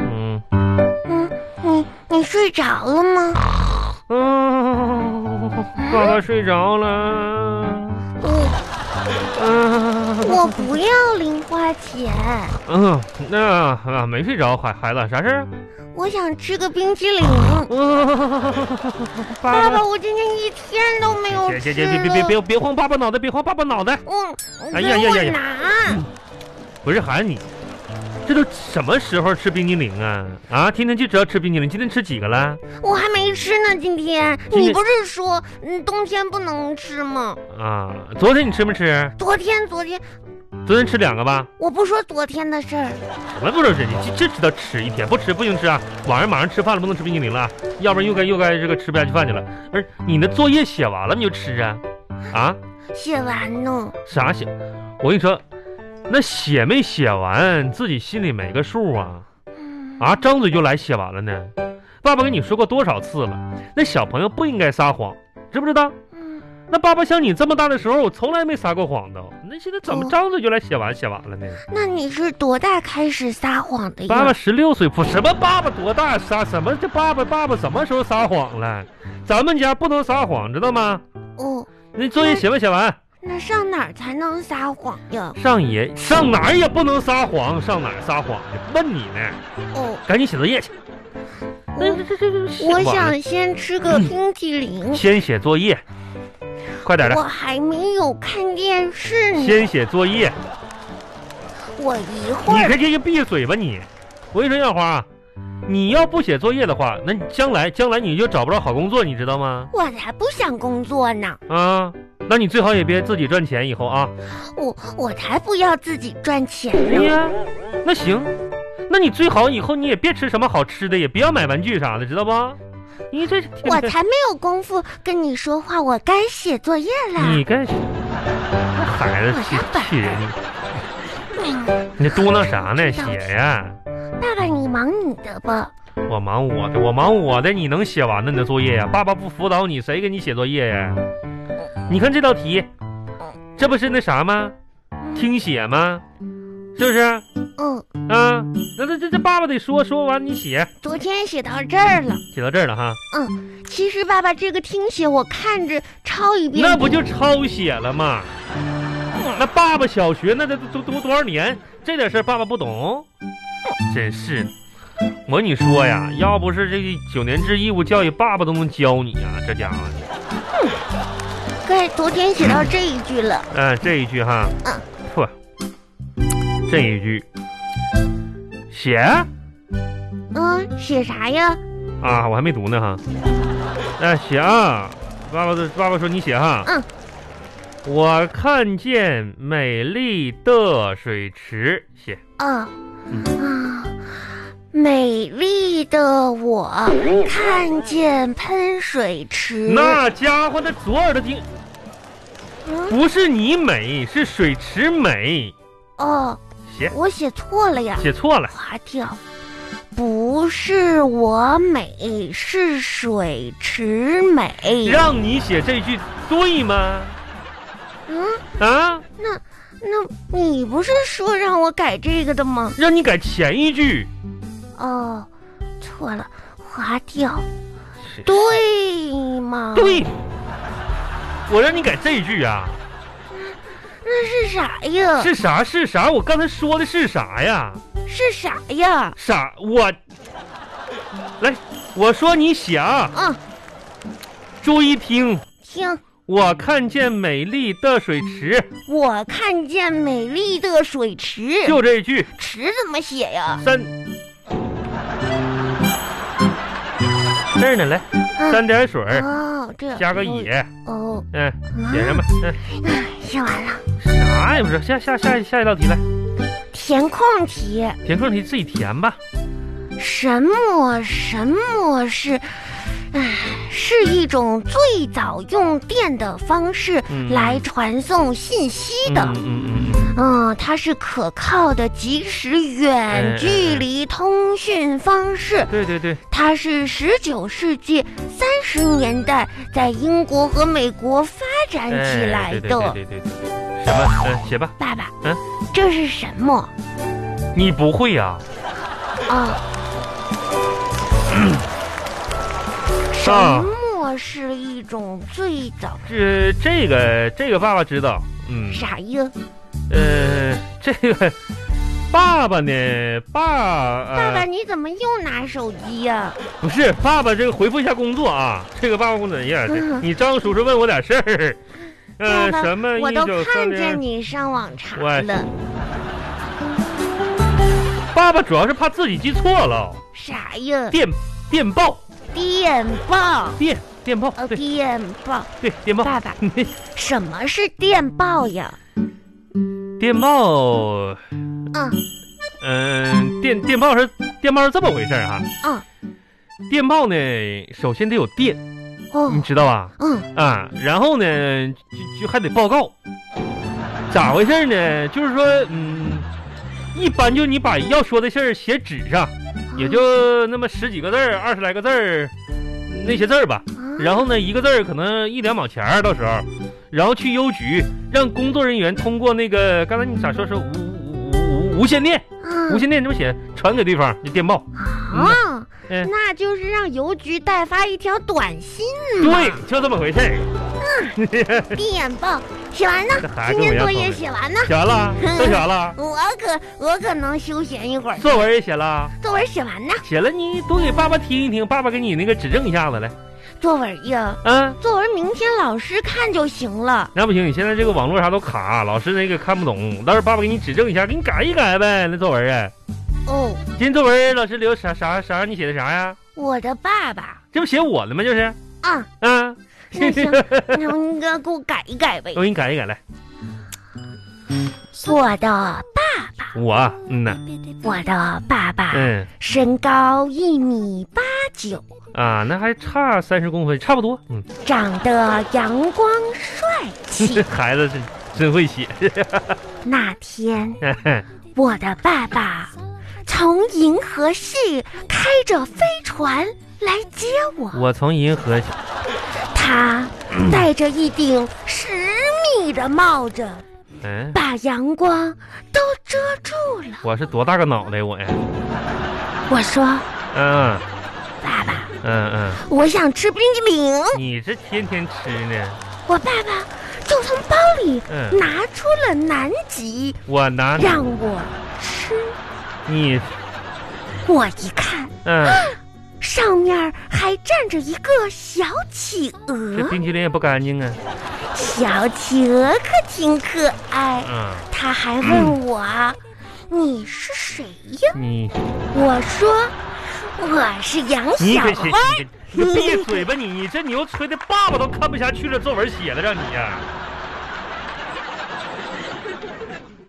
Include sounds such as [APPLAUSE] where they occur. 嗯嗯睡着了吗？嗯，爸爸睡着了。我嗯我不要零花钱，嗯，那啊没睡着，孩孩子啥事儿？我想吃个冰淇淋。嗯，爸爸爸，我今天一天都没有别吃别别别别别别晃爸爸脑袋，别晃爸爸脑袋。我我哎呀呀呀呀给我拿！不是喊你，这都什么时候吃冰激凌啊？啊，天天就知道吃冰激凌，今天吃几个了？我还没吃呢，今天今天你不是说嗯冬天不能吃吗？啊，昨天你吃没吃？昨天昨天昨天吃两个吧？我不说昨天的事儿，什么不能吃？你这这知道吃一天不吃不行吃啊！晚上马上吃饭了，不能吃冰激凌了，啊要不然又该又该这个吃不下去饭去了。不是你的作业写完了你就吃啊？啊，写完呢。啥写？我跟你说，那写没写完自己心里没个数啊。嗯啊，张嘴就来写完了呢？爸爸跟你说过多少次了？那小朋友不应该撒谎，知不知道？嗯那爸爸像你这么大的时候，我从来没撒过谎都。那现在怎么哦张嘴就来写完写完了呢？那你是多大开始撒谎哎的呀？爸爸十六岁，不什么爸爸多大撒什么？这爸爸爸爸什么时候撒谎了？咱们家不能撒谎，知道吗？哦，那作业写没写完？那上哪儿才能撒谎呀？上也上哪儿也不能撒谎，上哪儿撒谎去？问你呢，哦，赶紧写作业去。那我这这这这，嗯我写完了想先吃个冰淇淋，先写作业，快点的我。还没有看电视呢。先写作业，我一会你儿这这就闭嘴吧你！我跟你说，小花，你要不写作业的话，那你将来将来你就找不着好工作，你知道吗？我才不想工作呢，啊，那你最好也别自己赚钱，以后啊。我我才不要自己赚钱 [LAUGHS] 哎呢。呀，那行，那你最好以后你也别吃什么好吃的，也不要买玩具啥的，知道吧？你这我才没有功夫跟你说话，我该写作业了。你该那孩子我气啥本气人，嗯你嘟囔啥呢？写呀，爸爸，你忙你的吧。嗯我忙我的，我忙我的，你能写完的你的作业呀？爸爸不辅导你，谁给你写作业呀？你看这道题，这不是那啥吗？嗯听写吗？是不是？嗯，啊，那这这这爸爸得说说完你写，昨天写到这儿了。写到这儿了哈，其实爸爸这个听写，我看着抄一遍。那不就抄写了吗？那爸爸小学那得读读多少年，这点事儿爸爸不懂，真是的。我跟你说呀，要不是这九年制义务教育，爸爸都能教你啊，这家伙。该昨天写到这一句了。嗯，这一句哈嗯，不，这一句写嗯，写啥呀？啊，我还没读呢哈。那、写啊，爸爸的爸爸说你写哈。嗯。我看见美丽的水池，写啊嗯啊！美丽的我看见喷水池，那家伙那左耳朵听，嗯不是你美，是水池美，哦，写我写错了呀，写错了。划掉。不是我美，是水池美。让你写这句对吗？嗯，啊，那你不是说让我改这个的吗？让你改前一句。哦，错了，划掉，是对吗？，对，我让你改这一句啊，那是啥呀？是啥是啥？我刚才说的是啥呀？是啥呀？啥？我来，我说你写啊，嗯，注意听。听。我看见美丽的水池，我看见美丽的水池，就这一句，池怎么写呀？三。这儿呢，来 [LAUGHS] 三点水儿，哦，这加个野，哦，嗯，写什么？么？嗯，写完了，啥也不是。下下下下一道题来，填空题，填空题自己填吧。什么什么是？唉，是一种最早用电的方式嗯来传送信息的。嗯嗯嗯嗯，哎嗯，它是可靠的即时远距离通讯方式。对对对，它是十九世纪三十年代在英国和美国发展起哎来对对的。对对对对，什么？嗯，写吧。爸爸，嗯这是什么？啊你不会呀、哦，什啊么是一种最早？这这个这个爸爸知道，嗯，啥呀？呃，这个爸爸呢，爸，呃、爸爸，你怎么又拿手机呀？不是爸爸，这个回复一下工作啊，这个爸爸工作一下，嗯你张叔叔问我点事儿，爸呃，爸什么我一都九三看见零，你上网查喂了，爸爸主要是怕自己记错了，啥呀？电电报电报，电电报，呃，对电报。对电报，爸爸，什么是电报呀？电报，嗯嗯，电电报是电报是这么回事儿哈，嗯电报呢，首先得有电，你哦知道吧？嗯啊，然后呢，就就还得报告，咋回事儿呢？就是说，嗯，一般就你把要说的事儿写纸上，也就那么十几个字儿、二十来个字儿，那些字儿吧。嗯然后呢，一个字儿可能一两毛钱儿，到时候，然后去邮局让工作人员通过那个刚才你咋说是无无无无无线电，嗯无线电这么写，传给对方就电报。啊，嗯那就是让邮局代发一条短信嘛。对，就这么回事儿。电报写完呢，这孩子今跟我一天作业样聪明写嗯完呢，写完了，都写完了，我可我可能休闲一会儿，作文也写了。作文写完呢，写了你读给爸爸听一听，爸爸给你那个指正一下子来。作文呀，嗯，作文明天老师看就行了。那不行，你现在这个网络啥都卡，老师那个看不懂，到时候爸爸给你指正一下，给你改一改呗。那作文啊，哦，今天作文老师留啥啥啥让你写的啥呀？我的爸爸这不写我的吗？就是，啊，嗯，那 [LAUGHS] 行，那你给给我改一改呗我。给你改一改来。我的我啊，嗯呐，我的爸爸嗯身高一米八九，啊，那还差三十公分，差不多。嗯，长得阳光帅这气。孩子真真会写。 [LAUGHS] 那天，我的爸爸从银河系开着飞船来接我，我从银河他戴着一顶十米的帽子，嗯，把阳光都遮住了。我是多大个脑袋我呀？我说嗯：“爸爸，嗯嗯，我想吃冰激凌。你这天天吃呢？”我爸爸就从包里嗯。拿出了南极。我拿让我吃。你，我一看，嗯、上面还站着一个小企这鹅，冰淇淋也不干净啊，小企鹅可挺可爱。嗯，他还问我：“你是谁呀你？”我说：“我是杨你小可是花。你可你闭嘴吧你，你这牛吹的爸爸都看不下去了，作文写了让你呀、